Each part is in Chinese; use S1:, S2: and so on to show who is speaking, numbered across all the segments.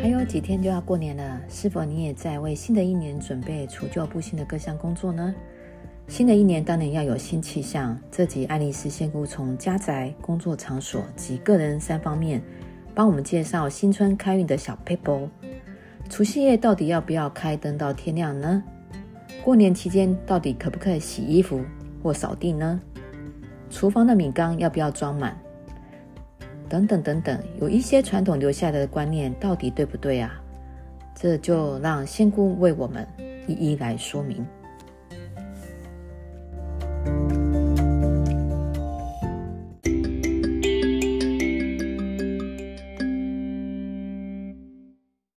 S1: 还有几天就要过年了，是否你也在为新的一年准备除旧布新的各项工作呢？新的一年当然要有新气象。这集爱丽丝仙姑从家宅、工作场所及个人三方面，帮我们介绍新春开运的小 paper。除夕夜到底要不要开灯到天亮呢？过年期间到底可不可以洗衣服或扫地呢？厨房的米缸要不要装满？等等等等，有一些传统留下来的观念到底对不对啊？这就让仙姑为我们一一来说明。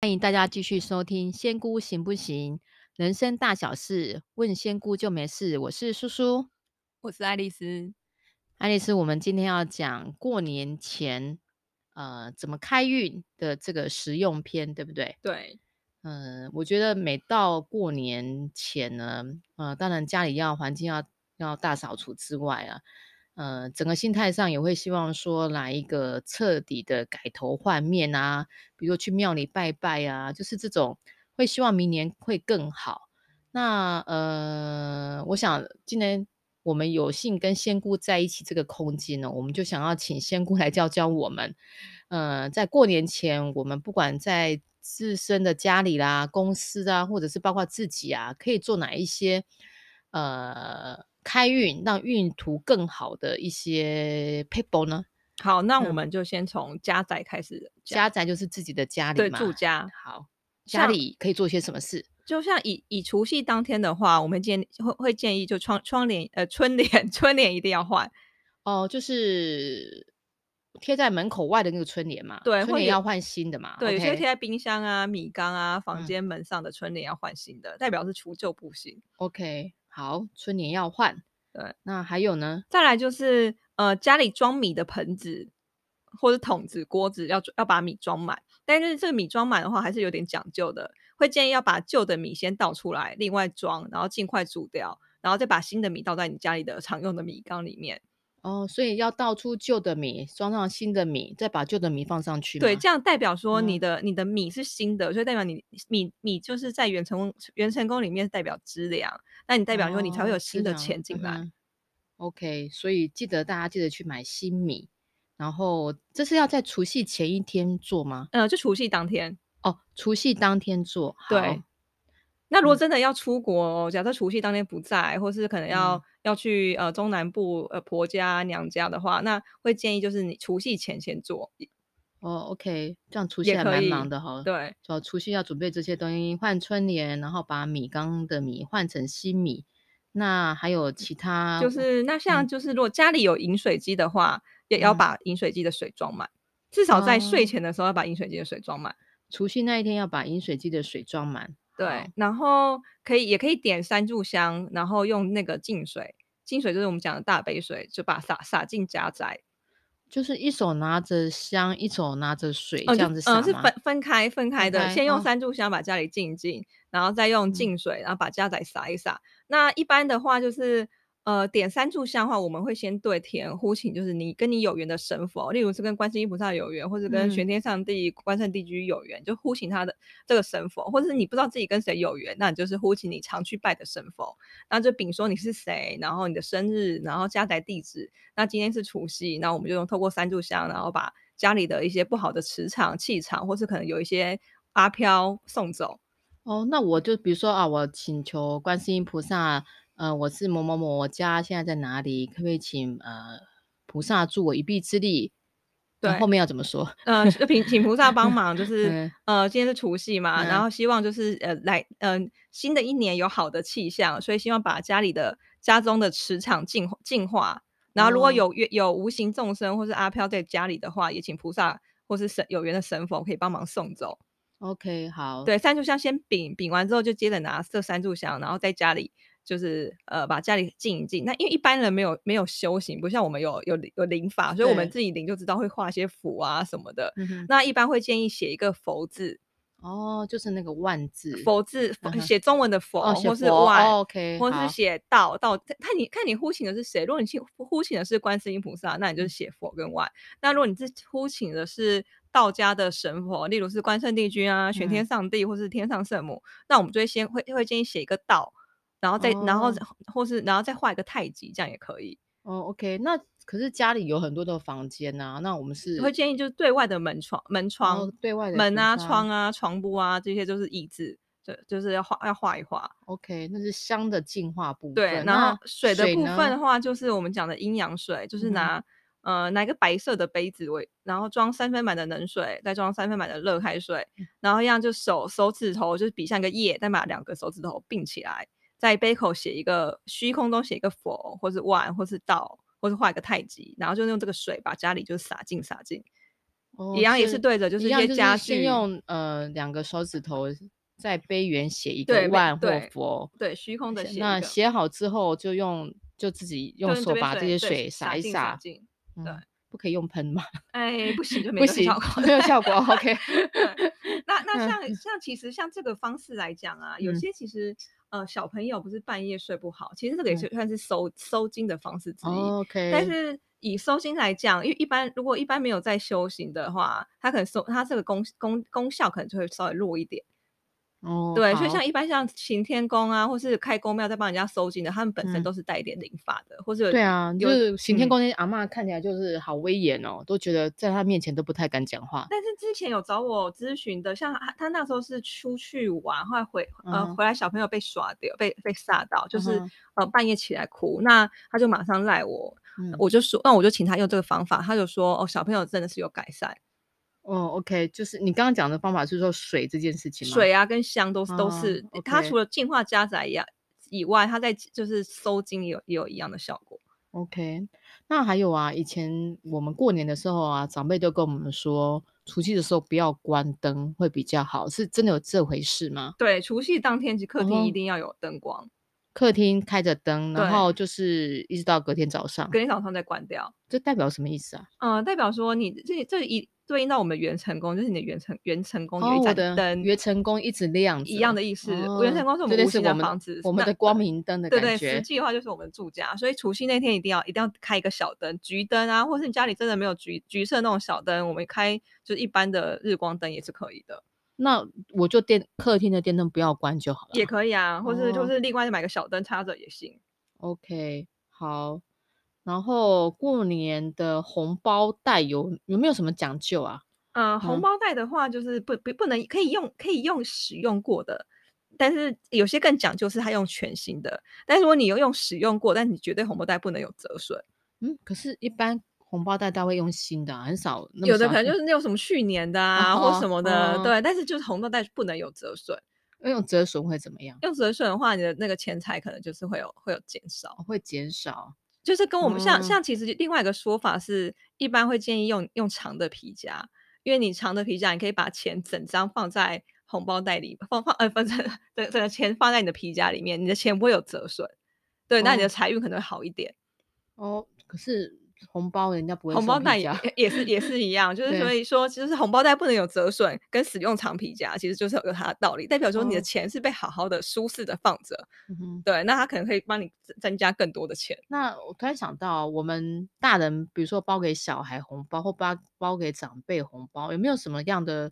S1: 欢迎大家继续收听《仙姑行不行》，人生大小事，问仙姑就没事。我是苏苏，
S2: 我是爱丽丝。
S1: 爱丽丝。我们今天要讲过年前，呃，怎么开运的这个实用篇，对不对？
S2: 对，
S1: 嗯、我觉得每到过年前呢，呃，当然家里要环境要要大扫除之外啊，呃，整个心态上也会希望说来一个彻底的改头换面啊，比如去庙里拜拜啊，就是这种会希望明年会更好。那呃，我想今年我们有幸跟仙姑在一起这个空间呢，我们就想要请仙姑来教教我们，呃，在过年前，我们不管在自身的家里啦、公司啊，或者是包括自己啊，可以做哪一些呃开运让运途更好的一些 people 呢？
S2: 好，那我
S1: 嗯
S2: 们就先从家宅开始讲。
S1: 家宅就是自己的家里
S2: 对
S1: 嘛，
S2: 住家，
S1: 好，家
S2: 像
S1: 里可以做些什么事？
S2: 就像以以除夕当天的话，我们建会会建议就窗窗帘呃春联 春联一定要换，
S1: 哦，就是贴在门口外的那个春联嘛，
S2: 对
S1: 春
S2: 或
S1: 联
S2: 者
S1: 要换新的嘛，
S2: 对，有
S1: o
S2: 些
S1: k
S2: 贴在冰箱啊、米缸啊、
S1: 嗯
S2: 房间门上的春联要换新的，代表是除旧布新。
S1: OK，好，春联要换，
S2: 对，
S1: 那还有呢？
S2: 再来就是呃家里装米的盆子或者桶子、锅子要要把米装满，但是这个米装满的话还是有点讲究的，会建议要把旧的米先倒出来，另外装，然后尽快煮掉，然后再把新的米倒在你家里的常用的米缸里面。
S1: 哦，所以要倒出旧的米，装上新的米，再把旧的米放上去吗。
S2: 对，这样代表说
S1: 嗯
S2: 你的、你的米是新的，所以代表你米米就是在元成功元成功里面代表资粮，那你代表说你才会
S1: 哦
S2: 有
S1: 是
S2: 新
S1: 这
S2: 的
S1: 样
S2: 钱进来。
S1: 嗯哼 OK，所以记得大家记得去买新米，然后这是要在除夕前一天做吗？
S2: 呃，就除夕当天，
S1: 哦，除夕当天做。好
S2: 对，那如果
S1: 嗯
S2: 真的要出国、哦假设除夕当天不在，或是可能要、
S1: 嗯
S2: 要去呃中南部呃婆家娘家的话，那会建议就是你除夕前先做，
S1: 哦，OK，这样除夕
S2: 也
S1: 还
S2: 可
S1: 蛮
S2: 以
S1: 忙的哈。
S2: 对
S1: 就除夕要准备这些东西，换春联，然后把米缸的米换成新米。那还有其他
S2: 就是那像
S1: 嗯
S2: 就是如果家里有饮水机的话，也要
S1: 嗯
S2: 把饮水机的水装满，至少在
S1: 哦
S2: 睡前的时候要把饮水机的水装满。
S1: 除夕那一天要把饮水机的水装满。好
S2: 对，然后可以也可以点三炷香，然后用那个净水，净水就是我们讲的大杯水，就把洒洒进家宅。
S1: 就是一手拿着香，一手拿着水，
S2: 哦，
S1: 这
S2: 就
S1: 样子
S2: 嗯、
S1: 撒
S2: 是
S1: 吗？
S2: 分分开分开的，
S1: 开
S2: 先用
S1: 哦
S2: 三炷香把家里浸一浸，然后再用
S1: 嗯
S2: 净水，然后把家宅洒一洒。那一般的话就是。呃，点三炷香的话，我们会先对天呼请，就是你跟你有缘的神佛，例如是跟观世音菩萨有缘，或者跟
S1: 嗯
S2: 玄天上帝、关圣帝君有缘，就呼请他的这个神佛，或者是你不知道自己跟谁有缘，那你就是呼请你常去拜的神佛，那就禀说你是谁，然后你的生日，然后家宅地址，那今天是除夕，那我们就用透过三炷香，然后把家里的一些不好的磁场、气场，或是可能有一些阿飘送走。
S1: 哦，那我就比如说啊，我请求观世音菩萨，呃，我是某某某，我家现在在哪里？可不可以请呃菩萨助我一臂之力？那
S2: 对
S1: 后面要怎么说？
S2: 呃，就请请菩萨帮 忙，就是、
S1: 嗯
S2: 呃，今天是除夕嘛，
S1: 嗯
S2: 然后希望就是呃来呃新的一年有好的气象，所以希望把家里的家中的磁场净化净化。然后如
S1: 哦
S2: 果有缘有无形众生或是阿飘在家里的话，也请菩萨或是神有缘的神佛可以帮忙送走。
S1: OK，好，
S2: 对，三炷香先禀禀完之后，就接着拿这三炷香，然后在家里就是呃把家里静一静。那因为一般人没有没有修行，不像我们有有有灵法，所以我们
S1: 对
S2: 自己灵就知道会画一些符啊什么的。
S1: 嗯哼，
S2: 那一般会建议写一个佛字，
S1: 哦，就是那个万字
S2: 佛字佛
S1: 嗯哼
S2: 写中文的佛，
S1: 哦，写
S2: 或是
S1: 佛
S2: 万，
S1: 哦，OK，
S2: 或
S1: 好
S2: 是写道道，看你看你呼请的是谁。如果你请呼请的是观世音菩萨，
S1: 嗯
S2: 那你就是写佛跟万。那如果你是呼请的是道家的神佛，例如是关圣帝君啊、玄天
S1: 嗯
S2: 上帝或是天上圣母，那我们就会先会会建议写一个道，然后再然后
S1: 哦
S2: 或是然后再画一个太极，这样也可以。
S1: 哦，OK，那可是家里有很多的房间呐、那我们是
S2: 会建议就是对外的门窗门
S1: 然
S2: 窗、
S1: 后对外的
S2: 门啊、
S1: 窗
S2: 窗啊、床布啊这些就是益智，就就是要画要画一画。
S1: ，OK，那是香的净化部分。
S2: 对，然
S1: 那
S2: 后水的部分的
S1: 呢，
S2: 话，就是我们讲的阴阳水，就是
S1: 嗯哼
S2: 拿、呃拿一个白色的杯子为，然后装三分满的冷水，再装三分满的热开水，
S1: 嗯
S2: 然后一样就手手指头就是比像一个叶，再把两个手指头并起来，在杯口写一个虚空中写一个佛，或是万，或是道，或是画一个太极，然后就用这个水把家里就洒进洒进，
S1: 哦
S2: 一样也是对着就是
S1: 一
S2: 一
S1: 样
S2: 些
S1: 就
S2: 家
S1: 先
S2: 具
S1: 用呃两个手指头在杯缘写一
S2: 对
S1: 个
S2: 没
S1: 万或
S2: 对
S1: 佛，
S2: 对，虚空的
S1: 写
S2: 写一
S1: 那
S2: 个
S1: 写好之后就用就自己
S2: 就
S1: 用
S2: 用
S1: 手
S2: 杯
S1: 把这些
S2: 对
S1: 水
S2: 洒
S1: 一
S2: 进洒
S1: 洒，
S2: 进，
S1: 嗯，
S2: 对
S1: 不可以用喷吗？
S2: 哎，不行就 没
S1: 不行
S2: 这个效果，
S1: 没有效 果。OK，
S2: 对，那那
S1: 嗯
S2: 像像其实像这个方式来讲啊，有
S1: 嗯
S2: 些其实呃小朋友不是半夜睡不好，其实这个也
S1: 嗯
S2: 是算是收收精的方式之一。
S1: 哦
S2: 但
S1: ，OK，
S2: 是以收精来讲，因为一般如果一般没有在修行的话，它可能收它这个功功功效可能就会稍微弱一点。
S1: 哦，
S2: 对，所以
S1: 好
S2: 像一般像行天宫啊，或是开宫庙在帮人家收精的，他们本身
S1: 嗯
S2: 都是带一点灵法的，或是有
S1: 对啊，就
S2: 有
S1: 是行天
S2: 嗯
S1: 宫那些阿嬷看起来就是好威严哦，都觉得在她面前都不太敢讲话。
S2: 但是之前有找我咨询的，像他他那时候是出去玩，后来回
S1: 嗯
S2: 呃
S1: 哼
S2: 回来小朋友被耍掉，被被吓到，就
S1: 嗯
S2: 是、
S1: 哼
S2: 呃半夜起来哭，那他就马上赖我，
S1: 嗯，
S2: 我就说那我就请他用这个方法，他就说哦小朋友真的是有改善，
S1: 哦，OK，就是你刚刚讲的方法是说水这件事情吗？
S2: 水啊跟香都是都
S1: 啊
S2: 是，他
S1: ，OK
S2: 除了净化家宅一样以外，他在就是收精也有也有一样的效果。
S1: ，OK。那还有啊，以前我们过年的时候啊，长辈都跟我们说，除夕的时候不要关灯会比较好，是真的有这回事吗？
S2: 对，除夕当天其实客厅
S1: 哦
S2: 一定要有灯光，
S1: 客厅开着灯，然
S2: 对
S1: 后就是一直到隔天早上，
S2: 隔天早上再关掉。
S1: 这代表什么意思啊？
S2: 呃，代表说你这这一对应到我们元成功，就是你的元成元成功有
S1: 哦，
S2: 一
S1: 我
S2: 盏
S1: 的
S2: 灯
S1: 元成功一直亮着，
S2: 一样的意思。元成
S1: 哦
S2: 功是我
S1: 就
S2: 们
S1: 类
S2: 无
S1: 似
S2: 形
S1: 我
S2: 的
S1: 们
S2: 房子，
S1: 我们
S2: 那
S1: 的光。明灯的
S2: 对
S1: 感
S2: 对，实
S1: 觉。
S2: 际的话就是我们住家，所以除夕那天一定要一定要开一个小灯，橘灯啊，或是你家里真的没有橘橘色那种小灯，我们开就是一般的日光灯也是可以
S1: 哦
S2: 的，
S1: 那我就电客厅的电灯不要关就好了。
S2: 也可以啊，或是就
S1: 哦
S2: 是另外买个小灯插着也行。
S1: OK，好。然后过年的红包袋有有没有什么讲究啊？
S2: 呃，红
S1: 嗯
S2: 包袋的话，就是不不不能可以用可以用使用过的，但是有些更讲究是它用全新的。但如果你有用使用过，但你绝对红包袋不能有折损，
S1: 嗯，可是，一般红包袋都会用新的啊、很少那么
S2: 有的
S1: 小
S2: 可能就
S1: 一
S2: 是那种什么去年的啊、或什
S1: 哦
S2: 么的，
S1: 哦
S2: 对。但是就是红包袋不能有折损，
S1: 那用折损会怎么样？
S2: 用折损的话，你的那个钱财可能就是会有会有减少。
S1: 哦会减少
S2: 就是跟我们像
S1: 哦
S2: 像其实另外一个说法是，一般会建议用用长的皮夹，因为你长的皮夹，你可以把钱整张放在红包袋里，放放呃放在整整个钱放在你的皮夹里面，你的钱不会有折损，对，那你的
S1: 哦
S2: 财运可能会好一点。
S1: 哦。可是红包人家不会
S2: 红包
S1: 送皮
S2: 袋也
S1: 夹
S2: 也是也是一样，就是
S1: 对
S2: 所以说，就是红包袋不能有折损，跟使用长皮夹其实就是有它的道理，代表说你的
S1: 哦
S2: 钱是被好好的、舒适的放着，
S1: 嗯哼
S2: 对，那它可能可以帮你增增加更多的钱。
S1: 那我突然想到，我们大人比如说包给小孩红包，或包包给长辈红包，有没有什么样的？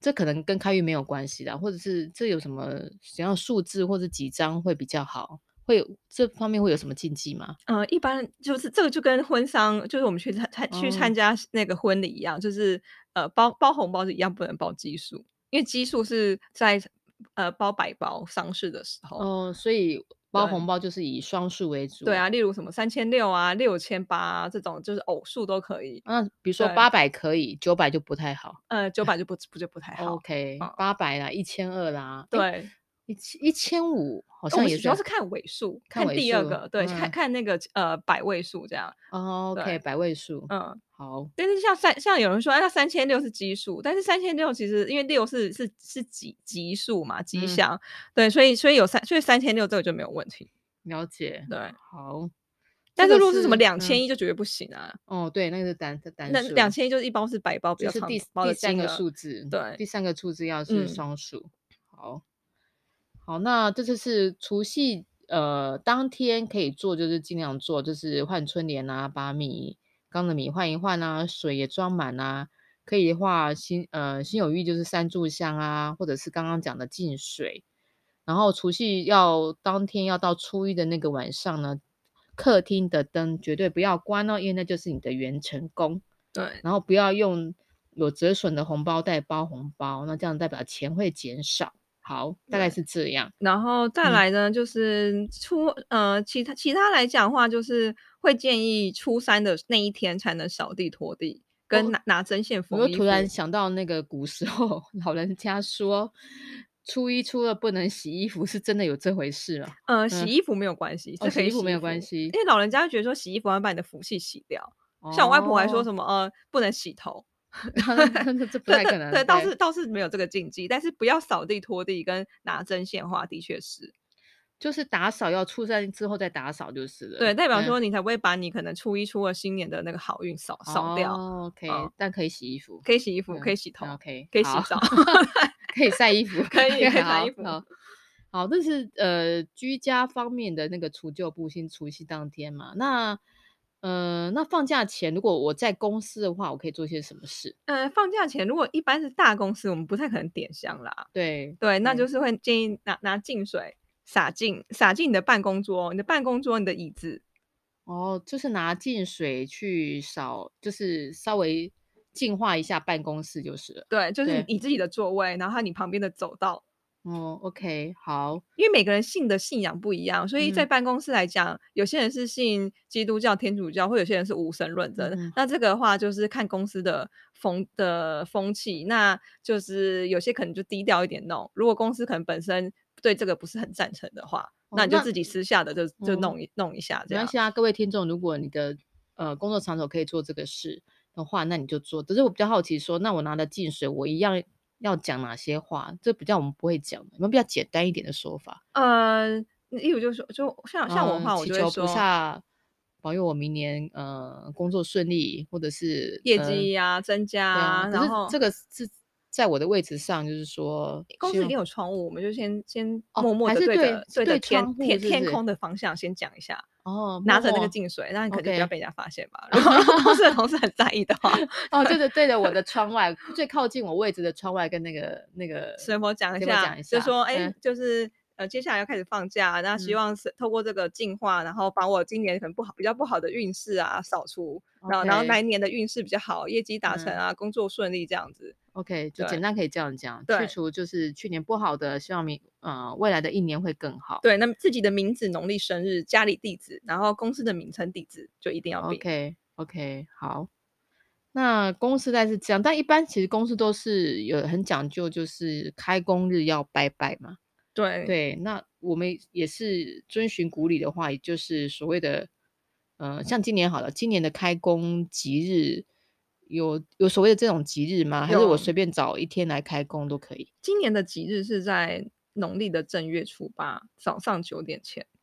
S1: 这可能跟开运没有关系的，或者是这有什么怎样数字或者几张会比较好？会有这方面会有什么禁忌吗？
S2: 呃，一般就是这个就跟婚丧，就是我们去参参去参
S1: 哦
S2: 加那个婚礼一样，就是呃包包红包是一样不能包奇数，因为奇数是在呃包百包丧事的时候，
S1: 哦、所以包
S2: 对
S1: 红包就是以双数为主。
S2: 对啊，例如什么三千六啊、六千八啊这种，就是偶数都可以，
S1: 那比如说
S2: 对
S1: 八百可以，九百就不太好。
S2: 呃九百就不不就不太好。
S1: OK，
S2: 嗯
S1: 八百啦，一千二啦，哦诶
S2: 对，哦
S1: 一千一千五好
S2: 我
S1: 像
S2: 们
S1: 也
S2: 主要
S1: 算
S2: 是看尾数，
S1: 看
S2: 看
S1: 尾
S2: 第二
S1: 数
S2: 个，对，看
S1: 嗯
S2: 看那个呃百位数这样，
S1: 哦 OK
S2: 对
S1: 百位数。
S2: 嗯。
S1: 好，
S2: 但是像三像有人说，哎，那三千六是奇数，但是三千六其实因为六是是是吉吉数嘛，吉
S1: 嗯
S2: 祥，对，所以所以有三所以三千六这个就没有问题，
S1: 了解。
S2: 对。
S1: 好，哦这
S2: 但是
S1: 个
S2: 如果是什么
S1: 是
S2: 两
S1: 嗯
S2: 千一就绝对不行啊，
S1: 哦，对，那个是单单
S2: 那
S1: 数，
S2: 两千一就是一包是白包，比
S1: 就
S2: 较
S1: 是
S2: 长
S1: 第
S2: 包
S1: 第
S2: 的
S1: 三
S2: 金
S1: 个
S2: 额
S1: 数字，
S2: 对
S1: 第三个数字要是
S2: 嗯
S1: 双数。好，好，那这次是除夕，呃，当天可以做，就是尽量做，就是换春联啊，把米缸的米换一换啊，水也装满啊。可以的话，心呃心有余就是三炷香啊，或者是刚刚讲的净水。然后除夕要当天要到初一的那个晚上呢，客厅的灯绝对不要关哦，因为那就是你的元辰宫。
S2: 对，
S1: 然后不要用有折损的红包袋包红包，那这样代表钱会减少。好，大概
S2: 对
S1: 是这样。
S2: 然后再
S1: 嗯
S2: 来呢，就是初呃，其他其他来讲的话，就是会建议初三的那一天才能扫地拖地，
S1: 哦
S2: 跟拿拿针线
S1: 我
S2: 缝
S1: 又
S2: 衣
S1: 突然
S2: 服。
S1: 想到那个古时候 老人家说，初一初二不能洗衣服，是真的有这回事啊？
S2: 呃，
S1: 嗯
S2: 洗衣服没有关系，
S1: 哦
S2: 这
S1: 洗
S2: 可以
S1: 衣服没有关系
S2: 因为老人家会觉得说洗衣服会把你的福气洗掉。像我外婆还说
S1: 么？
S2: 什么呃不能洗头，
S1: 这这不
S2: 对
S1: 太可能。
S2: 对，倒是倒是没有这个禁忌，但是不要扫地拖地跟拿针线花，的确是
S1: 就是打扫要初三之后再打扫就是了。
S2: 对，代表
S1: 嗯
S2: 说你才不会把你可能初一初二新年的那个好运扫扫掉。
S1: 哦 OK，
S2: 嗯
S1: 但可以洗衣服，
S2: 可以洗衣服，可以
S1: 嗯
S2: 洗头，
S1: OK，
S2: 可以洗
S1: 好
S2: 澡
S1: 可以晒衣服，
S2: 可以可以晒
S1: 好
S2: 衣服
S1: 好好，这是呃居家方面的那个除旧布新，除夕当天嘛。那呃，那放假前如果我在公司的话，我可以做些什么事？
S2: 呃，放假前如果一般是大公司，我们不太可能点香啦。
S1: 对，
S2: 对，那
S1: 嗯
S2: 就是会建议拿拿净水洒进洒进你的办公桌，你的办公桌、你的椅子。
S1: 哦，就是拿净水去扫，就是稍微净化一下办公室就是了。
S2: 对，就是你
S1: 对
S2: 你自己的座位，然后还有你旁边的走道，
S1: 哦，OK，好，
S2: 因为每个人信的信仰不一样，所以在
S1: 嗯
S2: 办公室来讲，有些人是信基督教、天主教，或有些人是无神论者。
S1: 嗯
S2: 那这个的话就是看公司的风的风气，那就是有些可能就低调一点弄。如果公司可能本身对这个不是很赞成的话，
S1: 哦
S2: 那你就
S1: 那
S2: 自己私下的就就
S1: 嗯
S2: 弄一弄一下
S1: 没
S2: 这
S1: 关
S2: 样。
S1: 系啊，各位听众，如果你的呃工作场所可以做这个事的话，那你就做。只是我比较好奇说，那我拿了净水，我一样要讲哪些话？这比较我们不会讲的，有没有比较简单一点的说法？
S2: 呃，例如就说，就像像我的
S1: 嗯
S2: 话，我
S1: 祈
S2: 就会
S1: 求
S2: 说
S1: 菩萨保佑我明年呃工作顺利，或者是
S2: 业
S1: 呃
S2: 绩啊增加
S1: 对
S2: 啊，
S1: 啊。可
S2: 然
S1: 是
S2: 后
S1: 这个是在我的位置上，就是说
S2: 公
S1: 希
S2: 司已
S1: 望
S2: 经有窗户，我们就先先
S1: 哦
S2: 默默
S1: 还
S2: 的
S1: 是
S2: 对
S1: 对
S2: 着
S1: 是
S2: 对着
S1: 对
S2: 天
S1: 窗户
S2: 天
S1: 是不
S2: 天
S1: 是
S2: 空的方向先讲一下，
S1: 哦，
S2: 拿
S1: 默
S2: 着那个
S1: 默
S2: 净水，那你可能就不要
S1: OK
S2: 被人家发现 吧。如果公司的同事很在意的话，
S1: 哦，对着对着 我的窗外，最靠近我位置的窗外跟那个那个
S2: 是否讲一
S1: 师傅
S2: 下
S1: 讲一，
S2: 就
S1: 下
S2: 说哎、
S1: 嗯
S2: 就是。呃，接下来要开始放假，那希
S1: 嗯
S2: 望是透过这个净化，然后把我今年可能不好、比较不好的运势啊扫除，然后然后
S1: OK
S2: 来年的运势比较好，业绩达成
S1: 嗯
S2: 啊，工作顺利这样子。
S1: OK，就简
S2: 对
S1: 单可以这样讲，去
S2: 对
S1: 除就是去年不好的，希望明呃未来的一年会更好。
S2: 对，那么自己的名字、农历生日、家里地址，然后公司的名称、地址就一定要变。
S1: OK OK，好。那公司代是这样，但一般其实公司都是有很讲究，就是开工日要拜拜嘛。
S2: 对
S1: 对，那我们也是遵循古礼的话，也就是所谓的，呃，像今年好了，今年的开工吉日有有所谓的这种吉日吗？还是我
S2: 有
S1: 随便找一天来开工都可以？
S2: 今年的吉日是在农历的正月初八早上九点前，
S1: 嗯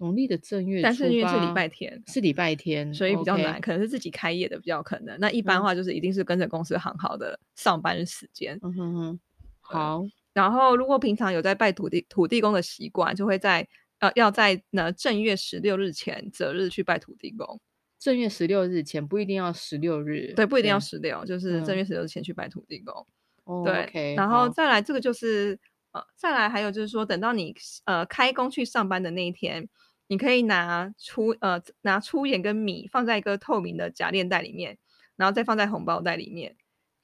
S1: 农历的正月初八，
S2: 但是因为是礼拜天，
S1: 是礼拜天，
S2: 所以比较
S1: OK
S2: 难可能是自己开业的比较可能。那一
S1: 嗯
S2: 般的话就是一定是跟着公司行号的上班时间。
S1: 嗯哼哼，
S2: 对
S1: 好，
S2: 然后如果平常有在拜土地土地公的习惯，就会在呃要在呢正月十六日前择日去拜土地公。
S1: 正月十六日前不一定要十六日，
S2: 对，不一定要十六，就是
S1: 嗯
S2: 正月十六日前去拜土地公。
S1: 哦
S2: 对
S1: OK，
S2: 然后
S1: 好
S2: 再来这个就是呃，再来还有就是说，等到你呃开工去上班的那一天，你可以拿粗呃拿粗盐跟米放在一个透明的夹链袋里面，然后再放在红包袋里面，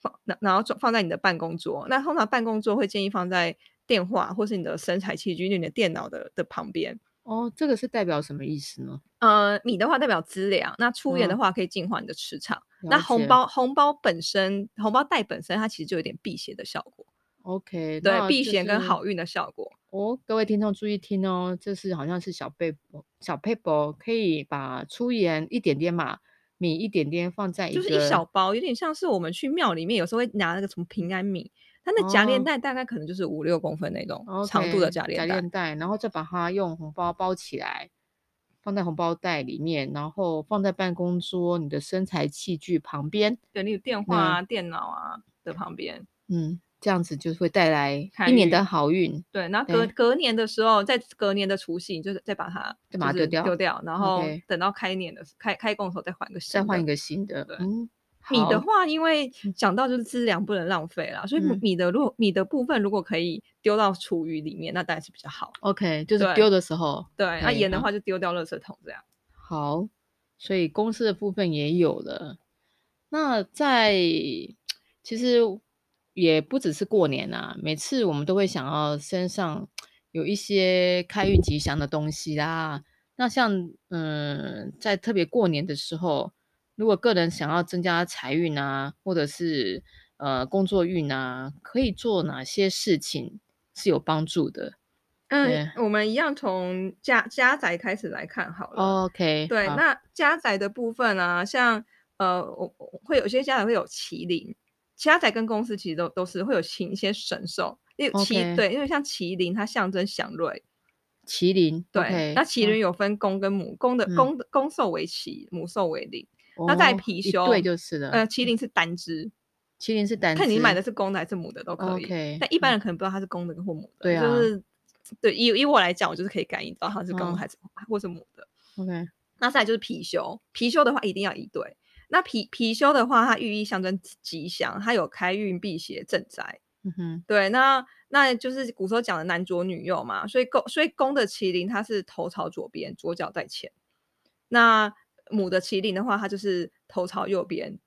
S2: 放然然后装放在你的办公桌。那通常办公桌会建议放在电话或是你的生产器具，就你的电脑的的旁边。
S1: 哦，这个是代表什么意思呢？
S2: 呃，米的话代表资粮，那粗盐的
S1: 嗯
S2: 话可以净化你的磁场。那
S1: 了
S2: 红
S1: 解
S2: 包红包本身，红包袋本身它其实就有点辟邪的效果。
S1: ，OK，
S2: 对
S1: 那
S2: 避
S1: 就
S2: 嫌跟
S1: 是
S2: 好运的效果。
S1: 哦，各位听众注意听哦，这是好像是小贝伯小佩伯可以把粗盐一点点嘛，米一点点放在一
S2: 就是一
S1: 个
S2: 小包，有点像是我们去庙里面有时候会拿那个什么平安米，它那夹链
S1: 哦
S2: 带大概可能就是五六公分那种
S1: OK
S2: 长度的夹
S1: 夹
S2: 链带。
S1: 链袋，然后再把它用红包包起来，放在红包袋里面，然后放在办公桌你的身材器具旁边，
S2: 对，例如电话啊、电脑啊的旁边。
S1: 嗯，这样子就会带来
S2: 财
S1: 一年
S2: 运
S1: 的好运。
S2: 对，然后隔
S1: 对
S2: 隔年的时候，在隔年的除夕，你就是再把它
S1: 再把它丢
S2: 就是
S1: 掉
S2: 丢掉，然后
S1: OK
S2: 等到开年的时开开工的时候再换一个新
S1: 再
S2: 的。
S1: 换一个新的
S2: 对。
S1: 嗯，
S2: 米的
S1: 好
S2: 话，因为讲到就是资粮不能浪费啦，所以
S1: 嗯
S2: 米的如果米的部分如果可以丢到厨余里面，那当然是比较好。
S1: ，OK，就是
S2: 对
S1: 丢的时候
S2: 对，那
S1: 哎
S2: 盐的
S1: 好
S2: 话就丢掉垃圾桶这样。
S1: 好，所以公司的部分也有了。那在其实也不只是过年啊，每次我们都会想要身上有一些开运吉祥的东西啦。那像嗯，在特别过年的时候，如果个人想要增加财运啊，或者是呃工作运啊，可以做哪些事情是有帮助的
S2: 嗯，我们一样从家家宅开始来看好了。
S1: ？OK，
S2: 呃对，
S1: 哦好
S2: 那家宅的部分啊，像呃，我我会有些家宅会有麒麟，家宅跟公司其实都都是会有请一些神兽，因为麒
S1: OK
S2: 对，因为像麒麟它象征祥瑞，
S1: 麒麟
S2: 对
S1: OK，
S2: 那麒
S1: 嗯
S2: 麟有分公跟母，公的
S1: 嗯
S2: 公的公兽为麒，母兽为麟，那在
S1: 哦
S2: 貔
S1: 一
S2: 貅
S1: 对就是了。
S2: 呃，麒麟是单只，
S1: 麒麟是嗯单只，
S2: 看你买的是公的还是母的都可以。
S1: OK，
S2: 但一般人可能不知道它是公的或母的，
S1: 嗯对
S2: 就
S1: 啊
S2: 是对以以我来讲，我就是可以感应到它是公
S1: 嗯
S2: 还是、或是母的。
S1: OK
S2: 那再来就是貔貅，貔貅的话一定要一对。那貔貔貅的话，它寓意象征吉祥，它有开运、辟邪、镇宅。
S1: 嗯哼
S2: 对，那那就是古时候讲的男左女右嘛，所以公所以公的麒麟它是头朝左边，左脚在前；那母的麒麟的话，它就是头朝右边。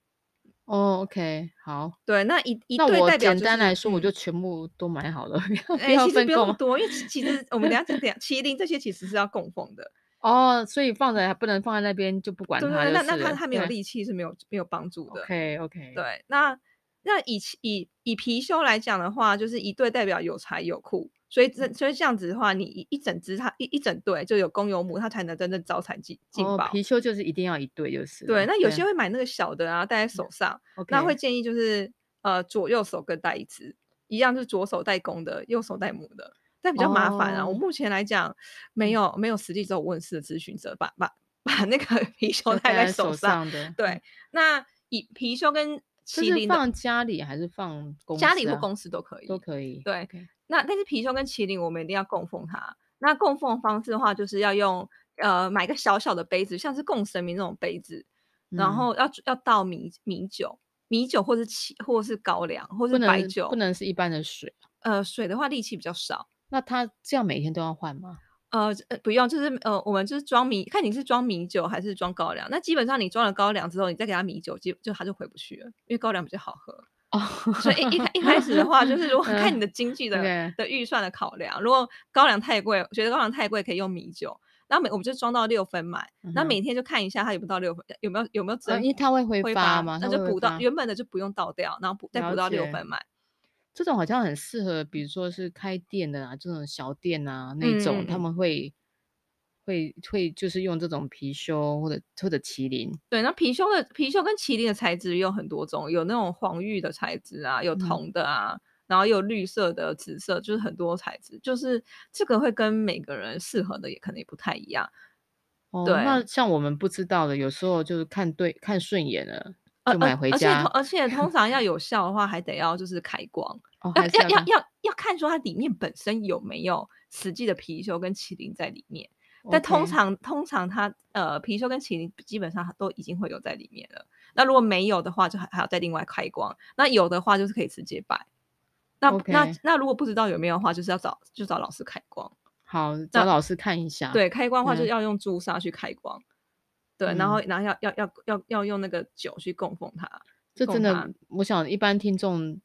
S1: 哦 OK 好，
S2: 对，那一一
S1: 那
S2: 对
S1: 我
S2: 代表、
S1: 简单来说我
S2: 嗯
S1: 就全部都买好了，不要 不
S2: 哎、
S1: 要
S2: 其实
S1: 分
S2: 不用那么
S1: 供
S2: 多，因为其其实我们等一下讲讲麒麟这些其实是要供 奉的，
S1: 哦，所以放着还不能放在那边就不管
S2: 对
S1: 它
S2: 对
S1: 就
S2: 对，那那
S1: 是
S2: 它
S1: 了
S2: 它没有
S1: 对
S2: 力气是没有没有帮助的。
S1: OK OK
S2: 对，那那以其以以貔貅来讲的话，就是一对代表有财有库，所以
S1: 嗯
S2: 这所以这样子的话，你一一整只它一一整对就有公有母，它才能真正招财进进
S1: 哦
S2: 宝。
S1: 貔貅就是一定要一对就是了，
S2: 对，那有
S1: 对嗯
S2: 些会买那个小的啊，戴在手上，那
S1: OK
S2: 会建议就是呃左右手各带一只，一样是左手带公的，右手带母的，但比较麻烦啊。我
S1: 哦嗯
S2: 目前来讲没有没有实际只有问世的咨询者把把把那个 貔
S1: 就
S2: 貅戴在手
S1: 手
S2: 上。
S1: 上的，
S2: 对，那以貔貅跟
S1: 这
S2: 麒
S1: 是
S2: 麟的
S1: 放家里还是放公
S2: 家里
S1: 司
S2: 或
S1: 啊
S2: 公司都可以。
S1: 都可以，
S2: 对
S1: OK
S2: 那但是貔貅跟麒麟，我们一定要供奉它。那供奉方式的话，就是要用呃买个小小的杯子，像是供神明那种杯子，然
S1: 嗯
S2: 后要要倒米米酒、米酒或是起或是高粱
S1: 不
S2: 或是白
S1: 能
S2: 酒
S1: 不。能是一般的水，
S2: 呃，水的话力气比较少。
S1: 那它这样每天都要换吗？
S2: 呃呃，不用，就是呃，我们就是装米，看你是装米酒还是装高粱。那基本上你装了高粱之后，你再给它米酒，基就它就回不去了，因为高粱比较好喝。
S1: 哦，
S2: 所以一一开一开始的话，就是如果看你的经济的、
S1: 嗯 OK
S2: 的预算的考量，如果高粱太贵，我觉得高粱太贵可以用米酒，那每我们就装到六分买，那、
S1: 嗯哼
S2: 每天就看一下它有没有到六分，有没有有没有
S1: 呃
S2: 增，
S1: 因为它会挥
S2: 挥
S1: 发
S2: 发
S1: 嘛
S2: 那
S1: 它
S2: 就
S1: 会挥
S2: 补到
S1: 发
S2: 原本的就不用倒掉，然后补再
S1: 了
S2: 补到六
S1: 解
S2: 分买，
S1: 这种好像很适合，比如说是开店的啊，这种小店啊那种，
S2: 嗯嗯
S1: 他
S2: 嗯
S1: 们会会会就是用这种貔貅或者或者麒麟，
S2: 对，那貔貅的貔貅跟麒麟的材质也有很多种，有那种黄玉的材质啊，有
S1: 嗯
S2: 铜的啊，然后有绿色的、紫色，就是很多材质，就是这个会跟每个人适合的也可能也不太一样。
S1: 哦，
S2: 对
S1: 那像我们不知道的，有时候就是看对看顺眼了
S2: 呃
S1: 就
S2: 呃
S1: 买回
S2: 而且
S1: 家
S2: 通，而且通常 要有效的话，还得要就是开光，
S1: 哦，
S2: 要
S1: 还是
S2: 呃要要
S1: 看
S2: 要要看说它里面本身有没有实际的貔貅跟麒麟在里面。但通
S1: OK
S2: 常通常它呃貔貅跟麒麟基本上它都已经会有在里面了。那如果没有的话，就还还要再另外开光。那有的话就是可以直接拜。那那
S1: OK
S2: 那如果不知道有没有的话，就是要找就找老师开光。
S1: 好找老师看一下，，
S2: 对，开光的话就
S1: 嗯
S2: 要用朱砂去开光。对，然后然后要要要要要用那个酒去供奉它。
S1: 这
S2: 供
S1: 真
S2: 他
S1: 的，我想一般听众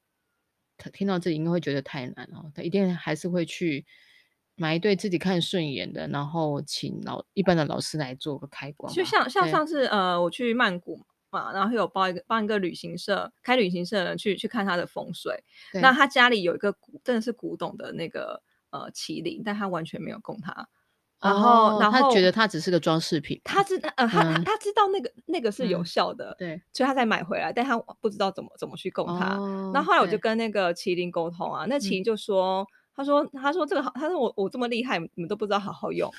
S1: 他听到这里应该会觉得太难了，他一定还是会去买一对自己看顺眼的，然后请老一般的老师来做个开光
S2: 就
S1: 吧。
S2: 像像
S1: 对
S2: 上次呃，我去曼谷嘛，然后有帮一个帮一个旅行社开旅行社的人去去看他的风水，
S1: 对
S2: 那他家里有一个古真的是古董的那个呃麒麟，但他完全没有供他，然
S1: 哦
S2: 后、然后
S1: 他觉得它只是个装饰品，
S2: 他知呃他他
S1: 嗯
S2: 他知道那个那个是有
S1: 嗯
S2: 效的，
S1: 对，
S2: 所以他才买回来，但他不知道怎么怎么去供他。
S1: 哦
S2: 那后来我就
S1: 对嗯
S2: 跟那个麒麟沟通啊，那麒麟就说，他说：“他说这个好，他说我我这么厉害，你们都不知道好好 用。”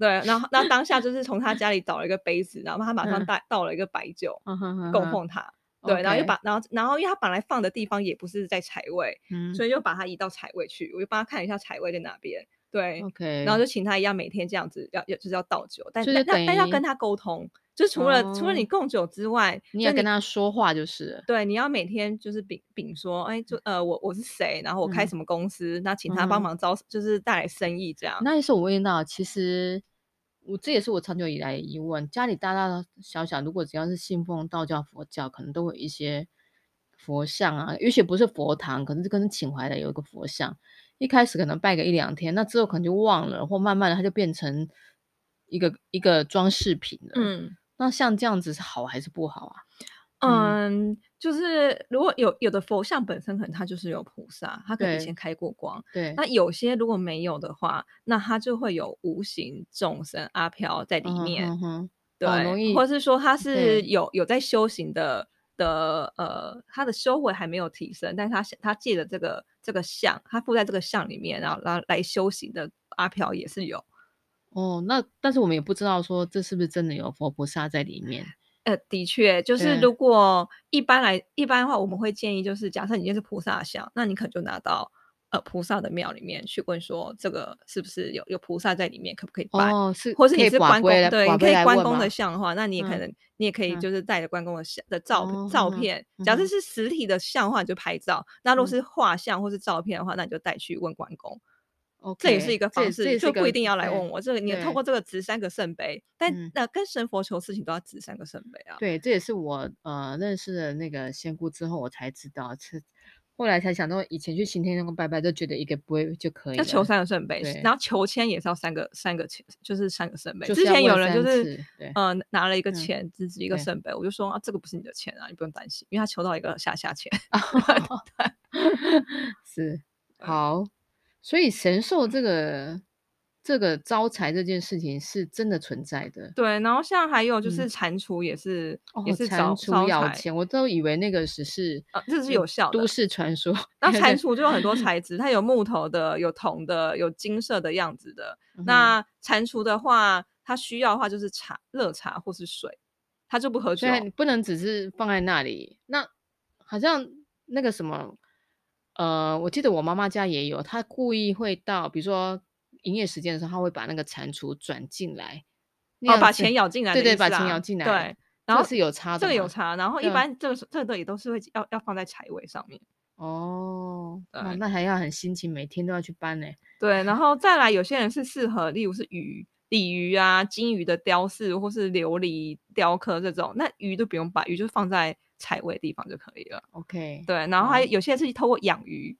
S2: 对，然后那当下就是从他家里找了一个杯子，然后他马上
S1: 嗯
S2: 带倒了一个白酒
S1: 嗯哼哼
S2: 供
S1: 哼
S2: 奉他。对，然后又
S1: OK
S2: 把然后然后因为他本来放的地方也不是在财位，
S1: 嗯
S2: 所以就把它移到财位去。我就帮他看一下财位在哪边。对，
S1: 哦，OK，
S2: 然后就请他一样每天这样子要要就是要倒酒，但
S1: 所以
S2: 但
S1: 就
S2: 但但要
S1: 等于
S2: 跟他沟通，就除了、除了你
S1: 哦
S2: 供酒之外，
S1: 你
S2: 就
S1: 也跟他说话就是了，
S2: 对，你要每天就是禀禀说，哎，就呃，我我是谁，然后我开
S1: 嗯
S2: 什么公司，那请他
S1: 嗯
S2: 帮
S1: 哼
S2: 忙招，就是带来生意这样。
S1: 那也是我问到，其实我这也是我长久以来的疑问，家里大大小小，如果只要是信奉道教、佛教，可能都会有一些佛像啊，也许不是佛堂，可能是跟请回来的有一个佛像，一开始可能拜个一两天，那之后可能就忘了，或慢慢的它就变成一个一个装饰品了。，
S2: 嗯
S1: 那像这样子是好还是不好啊？
S2: 嗯，就是如果有有的佛像本身可能它就是有菩萨，它可能以
S1: 对
S2: 前开过光，
S1: 对，
S2: 那有些如果没有的话，那它就会有无形众生阿飘在里
S1: 嗯
S2: 面。
S1: 哼哼
S2: 对，
S1: 好容易
S2: 或是说他是
S1: 对
S2: 有有在修行的的呃，他的修为还没有提升，但是他是他借着这个这个相，他附在这个相里面，然后然后来修行的阿飘也是有，
S1: 哦，那但是我们也不知道说这是不是真的有佛菩萨在里面。
S2: 呃，的确，就是
S1: 对
S2: 如果一般来一般的话，我们会建议就是，假设你今天是菩萨像，那你可能就拿到呃菩萨的庙里面去问说，这个是不是有有菩萨在里面，可不可以拜？
S1: 哦，是
S2: 或是
S1: 可
S2: 你
S1: 以
S2: 是
S1: 寡
S2: 关公
S1: 龟来，，
S2: 对，
S1: 寡
S2: 你可
S1: 龟
S2: 以
S1: 来
S2: 关
S1: 问
S2: 公的
S1: 嘛
S2: 像的话，那你也可
S1: 嗯
S2: 能你也可以
S1: 嗯
S2: 就是带着关公的像的照片
S1: 哦
S2: 照
S1: 嗯哼
S2: 片，假设
S1: 嗯
S2: 是实体的像的话，你就拍照；那如
S1: 嗯
S2: 果是画像或是照片的话，那你就带去问关公。
S1: OK，
S2: 这也是一个
S1: 这
S2: 方
S1: 也这
S2: 式，
S1: 也是
S2: 就不
S1: 个
S2: 一定要来问
S1: 对
S2: 我。这个你透
S1: 对
S2: 过这个值三个圣杯，但
S1: 嗯
S2: 那、跟神佛求事情都要值三个圣杯啊。
S1: 对，这也是我呃认识了那个仙姑之后，我才知道是后来才想到，以前去行天宫拜拜就觉得一个不会就可以
S2: 要求
S1: 了，
S2: 三个圣杯
S1: 对，
S2: 然后求签也是要三个三个签，就是三个圣杯。
S1: 就
S2: 之
S1: 是要
S2: 前有
S1: 问
S2: 人就
S1: 三
S2: 是
S1: 次对
S2: 呃拿了一个
S1: 嗯
S2: 签，只是一个
S1: 对
S2: 圣杯，我就说啊这个不是你的签啊，你不用担心，因为他求到一个下下签。
S1: 是
S2: 嗯
S1: 好，所以神兽这个这个招财这件事情是真的存在的。
S2: 对，然后像还有
S1: 嗯
S2: 就是蟾蜍也是、
S1: 哦
S2: 也，是招
S1: 蟾
S2: 招
S1: 蜍咬
S2: 财，
S1: 钱，我都以为那个只是
S2: 呃，这是
S1: 嗯
S2: 有效的
S1: 都。市传说。 嗯
S2: 那蟾蜍就有很多材质，它有木头的，有铜的，有金色的样子的。
S1: 嗯哼
S2: 那蟾蜍的话，它需要的话就是茶、热茶或是水，它就不喝酒
S1: 所以。你不能只是放在那里。那好像那个什么，呃，我记得我妈妈家也有，她故意会到，比如说营业时间的时候，她会把那个蟾蜍转进来，那
S2: 哦，
S1: 样
S2: 把
S1: 子
S2: 钱咬进来的
S1: 对
S2: 意思啊、
S1: 对，把钱咬进来。
S2: 对，
S1: 这
S2: 然
S1: 个
S2: 后
S1: 是有差的，
S2: 这个有。差。然后一
S1: 对啊
S2: 般这个是这个也都是会要要放在财位上面。
S1: 哦，哇，
S2: 对
S1: 那还要很辛勤，每天都要去搬呢。
S2: 对，然后再来，有些人是适合，例如是鱼、鲤鱼啊、金鱼的雕饰，或是琉璃雕刻这种，那鱼都不用摆，鱼就放在采位的地方就可以了。
S1: OK，
S2: 对，然后还
S1: 好
S2: 有些是透过养鱼，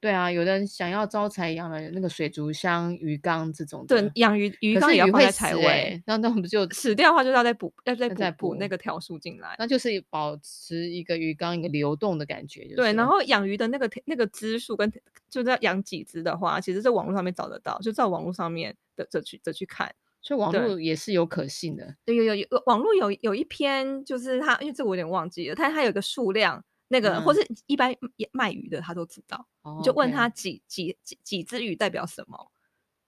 S1: 对啊，有的人想要招财养了那个水族箱、鱼缸这种的，
S2: 对，养鱼鱼
S1: 可
S2: 缸
S1: 是
S2: 也要
S1: 鱼
S2: 放
S1: 会
S2: 在
S1: 死
S2: 采位，
S1: 欸，那那不就
S2: 死掉的话就是要再补，要再
S1: 要
S2: 补
S1: 再
S2: 补那
S1: 补
S2: 个条数进来。
S1: 那就是保持一个鱼缸一个流动的感觉、就是，啊
S2: 对，然后养鱼的那个那个只数跟就是要养几只的话，其实在网络上面找得到，就在网络上面的的去的去看。
S1: 所以网
S2: 对
S1: 络也是有可信的。
S2: 对，有有有，网络有有一篇，就是他，因为这个我有点忘记了，但他有一个数量，那个、或
S1: 嗯
S2: 是一般也卖鱼的他都知道，
S1: 哦
S2: 你就问他
S1: OK，
S2: 几几几几只鱼代表什么。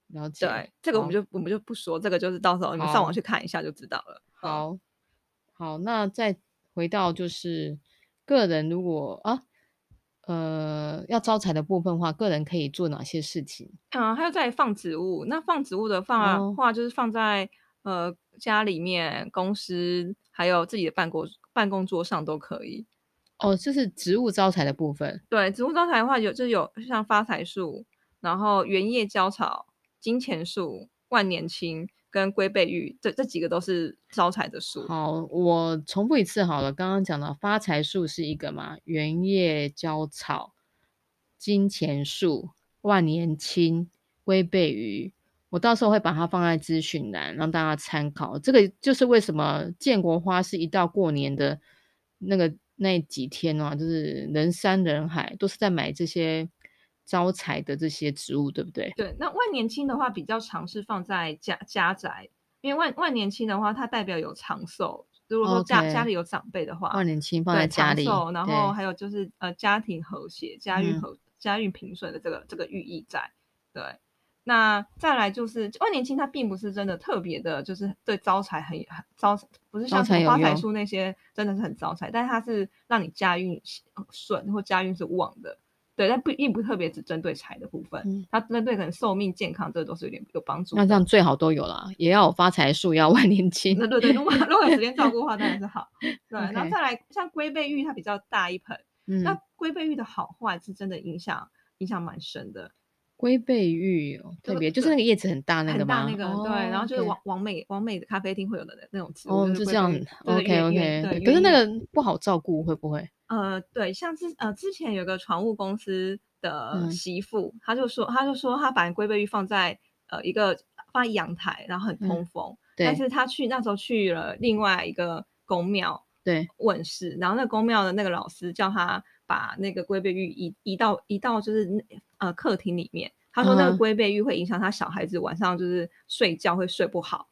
S1: 了解。
S2: 对，嗯这个我们
S1: 好
S2: 就我们就不说，这个就是到时候你们上网
S1: 好
S2: 去看一下就知道了。嗯，
S1: 好好，那再回到就是个人，如果啊呃要招财的部分的话，个人可以做哪些事情？
S2: 嗯，还有在放植物，那放植物的话
S1: 哦
S2: 话就是放在呃家里面、公司还有自己的办公办公桌上都可以。
S1: 哦，这是植物招财的部分。
S2: 对，植物招财的话有就有像发财树，然后原叶娇草、金钱树、万年青跟龟背玉，这这几个都是招财的树。
S1: 好，我重复一次好了。刚刚讲到发财树是一个嘛，圆叶娇草、金钱树、万年青、龟背鱼，我到时候会把它放在资讯栏让大家参考。这个就是为什么建国花市一到过年的那个那几天哦、就是人山人海，都是在买这些招财的这些植物，对不对？
S2: 对，那万年青的话比较常是放在家家宅，因为万万年青的话，它代表有长寿。如果说家家
S1: OK
S2: 里有长辈的话，
S1: 万年青放
S2: 对
S1: 在家
S2: 长
S1: 里，
S2: 寿，然
S1: 对
S2: 后还有就是呃家庭和谐、家
S1: 嗯
S2: 庭和家运平顺的这个这个寓意在。对，那再来就是万年青，它并不是真的特别的，就是对招财很很招，不是像
S1: 招
S2: 什
S1: 财
S2: 么
S1: 有
S2: 发财
S1: 用
S2: 树那些真的是很招财，但是它是让你家运呃顺或家运是旺的。对，但不并不特别只针对财的部分，
S1: 嗯
S2: 它针对可能寿命、健康，这都是有点有帮助的。
S1: 那这样最好都有啦，也要有发财树，也要万年青
S2: 那。对对，如果如果有时间照顾的话，当然是好。对，然后
S1: OK
S2: 再来像龟背玉，它比较大一盆，
S1: 嗯，
S2: 那龟背玉的好坏是真的影响影响蛮深的，
S1: 龟背玉哦
S2: 就
S1: 特别，就是
S2: 对
S1: 那个叶子很大啊那个
S2: 很
S1: 吗？
S2: 大那个、对，然后就是
S1: 往
S2: 王王美王美的咖啡厅会有的那那种植物，
S1: 哦，
S2: 是
S1: 就
S2: 龟
S1: 这样
S2: 背玉对对
S1: OK
S2: 原原
S1: OK。
S2: 对
S1: 对，
S2: 原
S1: 可是那
S2: 因
S1: 个不好照顾，会不会？
S2: 呃，对，像之呃之前有个船务公司的
S1: 嗯
S2: 媳妇，她就说，她就说她把龟背玉放在呃一个放在阳台，然后很
S1: 嗯
S2: 通风，但
S1: 对
S2: 是她去那时候去了另外一个宫庙
S1: 对，
S2: 问世，然后那宫庙的那个老师叫她把那个龟背玉移移到移到就是那呃客厅里面，她说
S1: 嗯
S2: 那个
S1: 哼
S2: 龟背玉会影响她小孩子晚上就是睡觉会睡不好，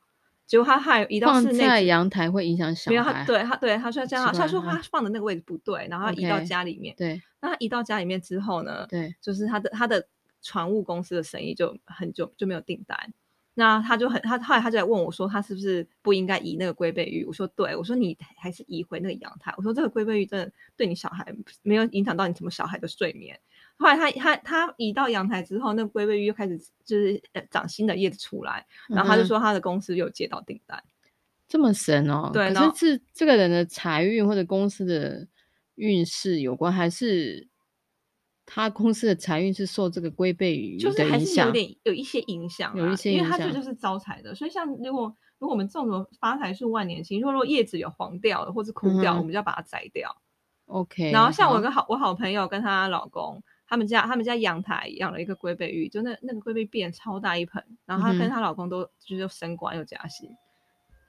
S2: 结果她还移到
S1: 放
S2: 室内
S1: 在
S2: 之
S1: 阳台会影响小
S2: 没有他，
S1: 孩。
S2: 对他，对他说这样，
S1: 奇
S2: 他
S1: 怪
S2: 说
S1: 嗯
S2: 他放的那个位置不对，然后他移到
S1: OK
S2: 家里面。
S1: 对
S2: 那他移到家里面之后呢，
S1: 对，
S2: 就是他的他的船务公司的生意就很久就没有订单。那他就很他后来他就来问我说，他是不是不应该移那个龟背玉？我说对，我说你还是移回那个阳台。我说这个龟背玉真的对你小孩没有影响到你什么小孩的睡眠。后来他他他移到阳台之后，那个龟背玉又开始就是呃长新的叶子出来，然后他就
S1: 嗯哼
S2: 说他的公司有接到订单。
S1: 这么神哦。
S2: 对然
S1: 可
S2: 后
S1: 是是这个人的财运或者公司的运势有关，还是他公司的财运是受这个龟背鱼
S2: 就是
S1: 的
S2: 还
S1: 影
S2: 是有
S1: 响？
S2: 点有一些影响、啊，
S1: 有一些
S2: 因为
S1: 影
S2: 它这
S1: 响
S2: 就是招财的，所以像如果如果我们种了发财树万年青，如果叶子有黄掉了或是枯
S1: 嗯
S2: 掉，
S1: 哼嗯
S2: 我们就要把它摘掉。
S1: OK。
S2: 然后像我
S1: 好
S2: 跟好我好朋友跟她老公，他们家他们家阳台养了一个龟背玉，就那那个龟背变超大一盆，然后她
S1: 嗯
S2: 跟
S1: 哼
S2: 她老公都就是又升官又加薪。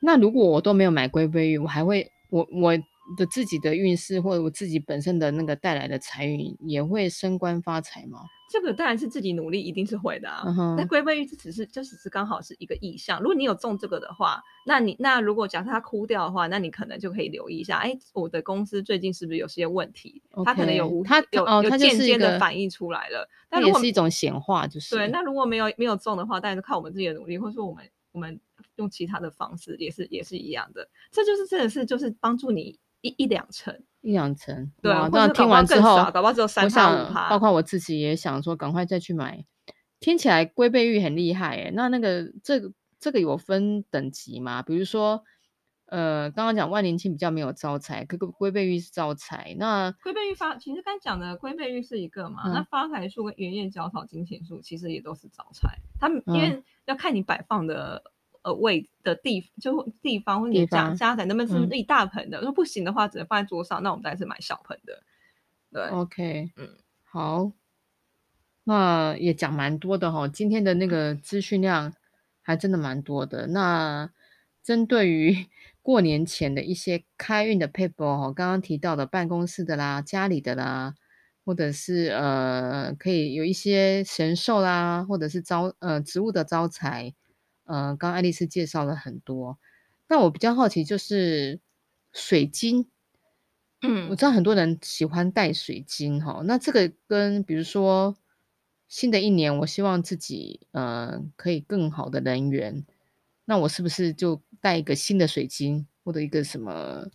S1: 那如果我都没有买龟背玉，我还会我我的自己的运势或者我自己本身的那个带来的财运也会升官发财吗？
S2: 这个当然是自己努力，一定是会的啊。
S1: 嗯
S2: 那
S1: 哼，
S2: 龟背玉这只是就只是刚好是一个意象。如果你有中这个的话，那你那如果假设它枯掉的话，那你可能就可以留意一下，哎，我的公司最近是不是有些问题？它可能有
S1: OK，
S2: 无
S1: 它
S2: 有、
S1: 哦
S2: 有
S1: 它就
S2: 间
S1: 是一
S2: 接的
S1: 个
S2: 反映出来了。
S1: 那
S2: 但如
S1: 也
S2: 果
S1: 是一种显化，就是
S2: 对，那如果没有没有中的话，当然是靠我们自己的努力，或者说我们我们用其他的方式也是也是一样的。这就是真的是就是帮助你一一两成，
S1: 一两成。
S2: 对，啊
S1: 哇当
S2: 或者
S1: 然
S2: 搞
S1: 听
S2: 不好
S1: 完之
S2: 更
S1: 后
S2: 少，，搞不好只有三
S1: 我
S2: 趴五
S1: 想
S2: 趴，
S1: 包括我自己也想说，赶快再去买。听起来龟背玉很厉害诶，那那个这个这个有分等级吗？比如说，呃，刚刚讲万年青比较没有招财，可个龟背玉是招财，那
S2: 龟背玉发，其实刚讲的龟背玉是一个嘛，
S1: 嗯
S2: 那发财树跟圆叶角草、金钱树其实也都是招财，它们因
S1: 嗯
S2: 为要看你摆放的呃位的地，就地方或者
S1: 地
S2: 你家
S1: 方
S2: 家宅能不能是
S1: 嗯
S2: 一大盆的，如果不行的话只能放在桌上，那我们当然是买小盆的。对，
S1: OK，
S2: 嗯
S1: 好，那也讲蛮多的哈、今天的那个
S2: 嗯
S1: 资讯量还真的蛮多的。那针对于 过年前的一些开运的 paper 哦，刚刚提到的办公室的啦、家里的啦，或者是呃，可以有一些神兽啦，或者是招呃植物的招财，呃，刚刚爱丽丝介绍了很多。那我比较好奇就是水晶。我
S2: 嗯，
S1: 知道很多人喜欢戴水晶哈，那这个跟比如说新的一年，我希望自己呃可以更好的人缘，那我是不是就戴一个新的水晶或者一个什么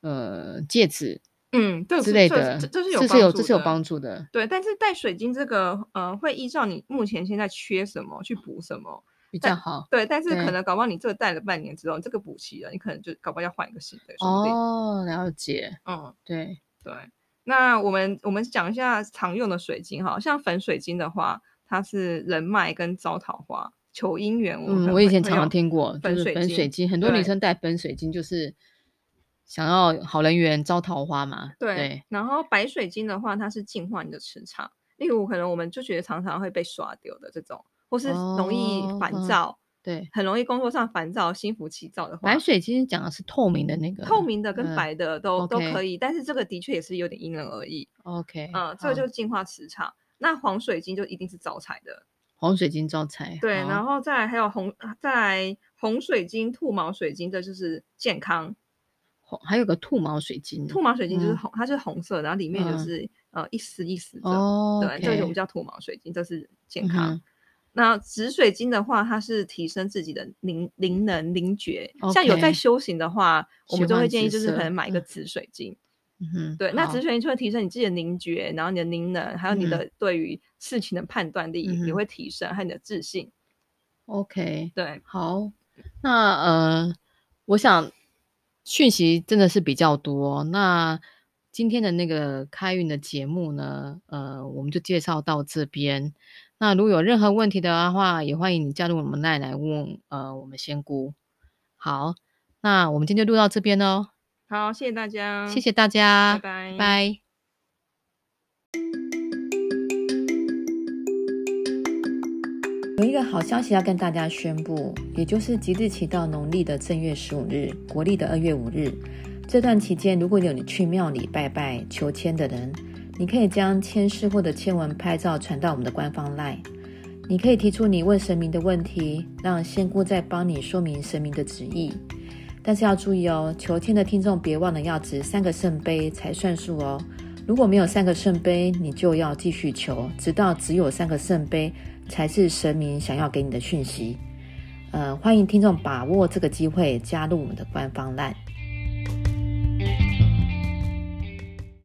S1: 呃戒指
S2: 嗯，对，
S1: 之
S2: 是
S1: 类
S2: 这
S1: 的？
S2: 这这是有
S1: 这
S2: 帮
S1: 是有
S2: 助
S1: 这是有
S2: 的
S1: 帮助的。
S2: 对，但是带水晶这个，呃，会依照你目前现在缺什么去补什么。
S1: 比
S2: 但
S1: 较好
S2: 对，但是可
S1: 对
S2: 能搞不好你这个戴了半年之后，这个补齐了，你可能就搞不好要换一个新的，说不定。
S1: 哦，了解，
S2: 嗯，
S1: 对，
S2: 对，那我们我们讲一下常用的水晶哈，像粉水晶的话，它是人脉跟招桃花、求姻缘。我们
S1: 嗯，
S2: 可
S1: 我以前
S2: 会
S1: 常常
S2: 用
S1: 听过，就
S2: 粉
S1: 是
S2: 水
S1: 粉水
S2: 晶
S1: 晶，很多女
S2: 对
S1: 生戴粉水晶就是想要好人缘、招桃花嘛，
S2: 对，
S1: 对，
S2: 然后白水晶的话，它是净化你的磁场。例如，可能我们就觉得常常会被刷丢的这种，或是容易
S1: 哦
S2: 烦
S1: 嗯
S2: 躁，
S1: 对，
S2: 很容易工作上烦躁、心浮气躁的话，
S1: 白水晶讲的是透明的那个，
S2: 透明的跟
S1: 嗯
S2: 白的都、都可
S1: OK
S2: 以，但是这个的确也是有点因人而异。
S1: OK，
S2: 嗯，这个
S1: 好
S2: 就是净化磁场。那黄水晶就一定是招财的，
S1: 红水晶招财。
S2: 对，
S1: 好
S2: 然后再来还有红，再来红水晶、兔毛水晶，这就是健康。
S3: 红，还有个兔毛水晶。
S2: 兔毛水晶就是
S3: 嗯
S2: 红，它是红色的，然后里面就
S3: 嗯
S2: 是、呃一丝一丝的，
S3: 哦，嗯
S2: 对，这个我们
S3: 较
S2: 叫兔毛水晶，这是健康。那紫水晶的话，它是提升自己的灵灵能、灵觉。像有在
S3: OK
S2: 修行的话，我
S3: 喜
S2: 们就会
S3: 欢
S2: 建议
S3: 紫
S2: 就是可
S3: 色
S2: 能买一个
S3: 嗯
S2: 紫水晶。
S3: 嗯哼，
S2: 对，那
S3: 好
S2: 紫水晶就会提升你自己的灵觉，然后你的灵能，还有你
S3: 嗯
S2: 的对于事情的判断力
S3: 嗯
S2: 也
S3: 哼
S2: 会提升，还有你的自信。
S3: OK，
S2: 对，
S3: 好，那呃，我想讯息真的是比较多。那今天的那个开运的节目呢，呃，我们就介绍到这边。那如果有任何问题的话，也欢迎你加入我们奈来问呃我们仙姑。好，那我们今天就录到这边喽，
S2: 好，谢谢大家，
S3: 谢谢大家，
S2: 拜
S3: 拜拜有一个好消息要跟大家宣布，也就是即日起到农历的正月十五日，国历的二月五日，这段期间如果有你去庙里拜拜求签的人，你可以将签诗或者签文拍照传到我们的官方 LINE，你可以提出你问神明的问题，让仙姑再帮你说明神明的旨意。但是要注意哦，求签的听众别忘了要值三个圣杯才算数哦。如果没有三个圣杯，你就要继续求，直到只有三个圣杯才是神明想要给你的讯息。呃，欢迎听众把握这个机会加入我们的官方 LINE。